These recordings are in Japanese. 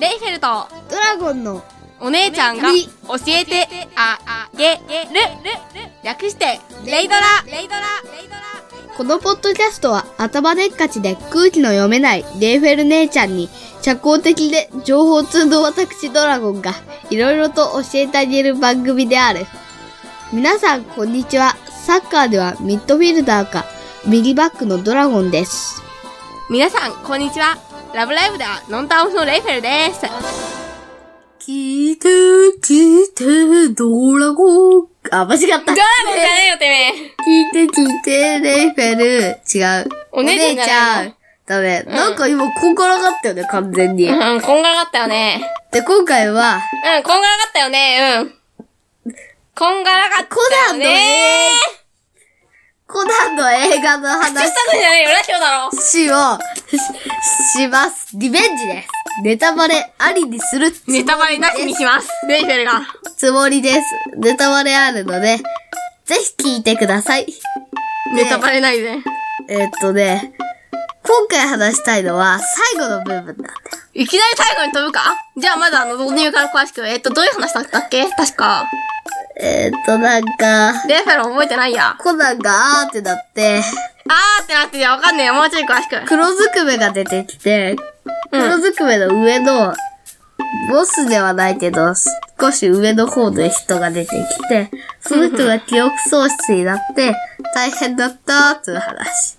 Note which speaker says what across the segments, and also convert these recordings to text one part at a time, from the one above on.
Speaker 1: レイフェルト
Speaker 2: ドラゴンの
Speaker 1: お姉ちゃんが
Speaker 2: み
Speaker 1: 教えてあげる略してレイドラレイドラレイドラ
Speaker 2: このポッドキャストは頭でっかちで空気の読めないレイフェル姉ちゃんに社交的で情報通の私ドラゴンがいろいろと教えてあげる番組である。皆さんこんにちは。サッカーではミッドフィルダーか右バックのドラゴンです。
Speaker 1: 皆さんこんにちはラブライブではノンタンオフのレイフェルです
Speaker 2: 聞いて、聞いて、ドラゴン。あ、間違った。聞
Speaker 1: じゃねえよてめえ
Speaker 2: いて、聞いて、レイフェル。違う。
Speaker 1: お姉ちゃんじゃないの
Speaker 2: お姉ちゃんだね。なんか今、こんがらがったよね、完全に。
Speaker 1: うん、こんがらがったよね。
Speaker 2: で、今回は、
Speaker 1: うん、こんがらがったよね。うん。こんがらがっ
Speaker 2: コ
Speaker 1: たよ
Speaker 2: ナンの
Speaker 1: ね
Speaker 2: 映。画、コナンの映画の
Speaker 1: 口した
Speaker 2: 話
Speaker 1: くじゃないよ、ラジオだろ。
Speaker 2: を、しします。リベンジです。ネタバレありにするつもり
Speaker 1: ネタバレなしにします。レイフェルが。
Speaker 2: つもりです。ネタバレあるので、ぜひ聞いてください。
Speaker 1: ネタバレないで。
Speaker 2: えーっとね、今回話したいのは最後の部分なんだ。
Speaker 1: いきなり最後に飛ぶかじゃあまずあの、導入から詳しく。えっと、どういう話だったっけ確か。
Speaker 2: えーっと、なんか、
Speaker 1: レイフェル覚えてないや。
Speaker 2: コナンがあーってなって、
Speaker 1: あーってなってじゃわかんねえよ。もうちょい詳しく。
Speaker 2: 黒ずくめが出てきて、
Speaker 1: うん
Speaker 2: 黒ずくめの上の、ボスではないけど、少し上の方の人が出てきて、その人が記憶喪失になって、大変だったーっていう話。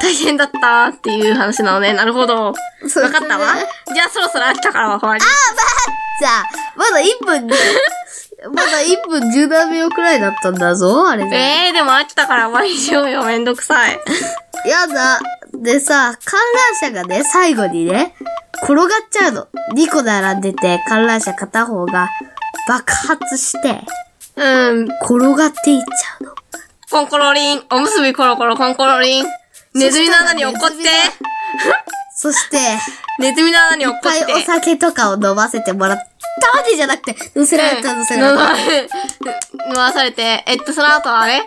Speaker 1: 大変だったっていう話なのね。なるほど。わか
Speaker 2: そうですね
Speaker 1: ったわ。じゃあそろそろ飽きたから終わり。
Speaker 2: じゃあ、まだ1分に、まだ1分17秒くらいだったんだぞ、あれね
Speaker 1: えー、でも飽きたから終わりにしようよ。めんどくさい。
Speaker 2: やだ。でさ、観覧車がね、最後にね、転がっちゃうの。2個並んでて、観覧車片方が爆発して、
Speaker 1: うん。
Speaker 2: 転がっていっちゃうの。
Speaker 1: コンコロリン。おむすびコロコロコンコロリン。ネズミの穴に落っこって。
Speaker 2: そして、いっ
Speaker 1: ネズミの穴に落っこっ
Speaker 2: ぱ
Speaker 1: て。
Speaker 2: いお酒とかを飲ませてもらったわけじゃなくて、乗せられた、乗せられた。
Speaker 1: 飲まされて、えっと、その後はあれ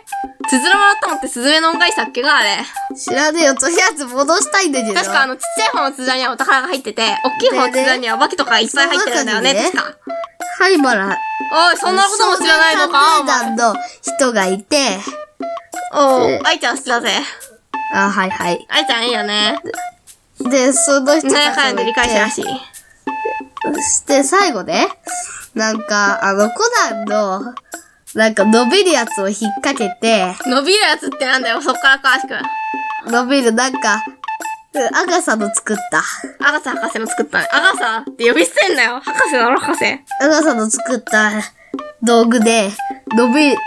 Speaker 1: つづらもらったのってスズメの恩返しだっけがあれ。
Speaker 2: 知らねえよ、とりあえず戻したいんだけど。
Speaker 1: 確かあの、ちっちゃい方のつづらにはお宝が入ってて、大きい方のつづらにはお化けとかいっぱい入ってるんだよね、
Speaker 2: でね
Speaker 1: 確か。
Speaker 2: 灰原。
Speaker 1: おい、そんなことも知らないのかお
Speaker 2: 少年
Speaker 1: 前
Speaker 2: 探偵団の人がいて、
Speaker 1: おう、愛ちゃん好きだぜ。
Speaker 2: あ、はいはい。
Speaker 1: 愛ちゃんいいよね。
Speaker 2: で、その人
Speaker 1: なや
Speaker 2: たち
Speaker 1: か
Speaker 2: が
Speaker 1: や
Speaker 2: い
Speaker 1: で
Speaker 2: て
Speaker 1: 理解したらしい。
Speaker 2: そして最後ね、なんか、あの、コナンの、なんか伸びるやつを引っ掛けて、
Speaker 1: 伸びるやつってなんだよ、そっから詳しく。
Speaker 2: 伸びるなんか、うんアガサの作った。
Speaker 1: アガサ博士の作ったね。アガサって呼び捨てんだよ。博士だろ、博士。
Speaker 2: アガサの作った道具で、伸びて、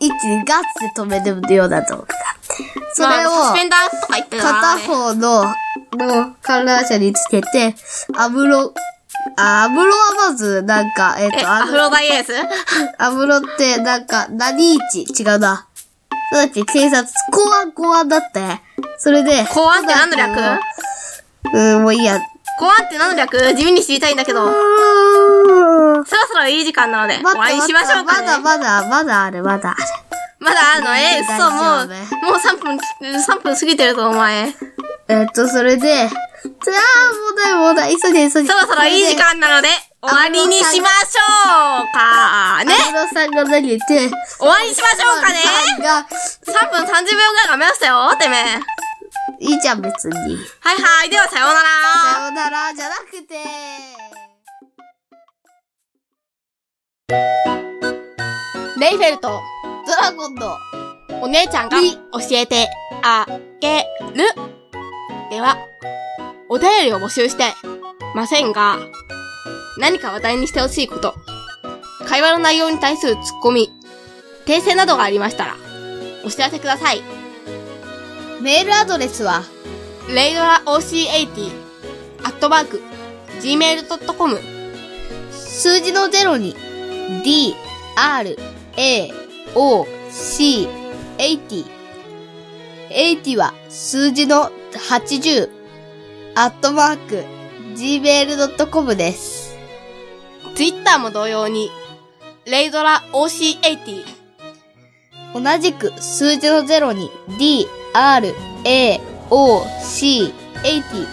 Speaker 2: 一気にガッて止めるような道具があって。それを
Speaker 1: まあ、サスペンダーとか言ってるから
Speaker 2: 片
Speaker 1: ね
Speaker 2: 方の、の観覧車につけて、アムロ、あ、アムロはまず、なんか、えっ、
Speaker 1: え、
Speaker 2: と、
Speaker 1: ア
Speaker 2: あの
Speaker 1: フロダイエース
Speaker 2: アムロって、なんか、何市違うな。そうだっけ、警察、公安、公安だって。それで、
Speaker 1: 公安って何の略
Speaker 2: うん、もういいや。う
Speaker 1: 公安って何の略地味に知りたいんだけど、
Speaker 2: ーん
Speaker 1: そろそろいい時間なので、終
Speaker 2: 待っ
Speaker 1: わ
Speaker 2: て
Speaker 1: りにし
Speaker 2: 待って
Speaker 1: ましょうか
Speaker 2: まだ
Speaker 1: ね。
Speaker 2: まだ、まだある、まだある。
Speaker 1: まだあるのえ、嘘、
Speaker 2: 大丈
Speaker 1: も
Speaker 2: 夫
Speaker 1: う、もう3分、3分過ぎてるぞ、お前。そ
Speaker 2: えっと、それで、じゃあ、もうだいもうだい、急げ急げ。
Speaker 1: ろそろいい時間なので、終わりにしましょうか
Speaker 2: そ
Speaker 1: ね
Speaker 2: れで。アムロさんが投げて、
Speaker 1: 終わりにしましょうかね
Speaker 2: アムロさんが、
Speaker 1: !3 分30秒ぐらいが目指したよ、てめえ。はい
Speaker 2: いじゃん、別に。
Speaker 1: はい、ではさようなら
Speaker 2: さようなら、じゃなくて。
Speaker 1: レイフェルト、
Speaker 2: ドラゴンの、
Speaker 1: お姉ちゃんが教えてあげる。では、お便りを募集してませんが、何か話題にしてほしいこと、会話の内容に対するツッコミ、訂正などがありましたら、お知らせください。
Speaker 2: メールアドレスは、
Speaker 1: レイドラ OC80、アットマーク、gmail.com、
Speaker 2: 数字の0に D, R, A, O, C, 80。80は数字の80。アットマーク、gmail.com です。
Speaker 1: Twitter も同様に、レイドラ OC80、
Speaker 2: 同じく数字の0に D, R, A, O, C, 80。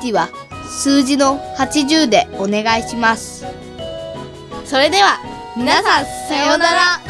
Speaker 2: 80は数字の80でお願いします。
Speaker 1: それでは、皆さん、さようなら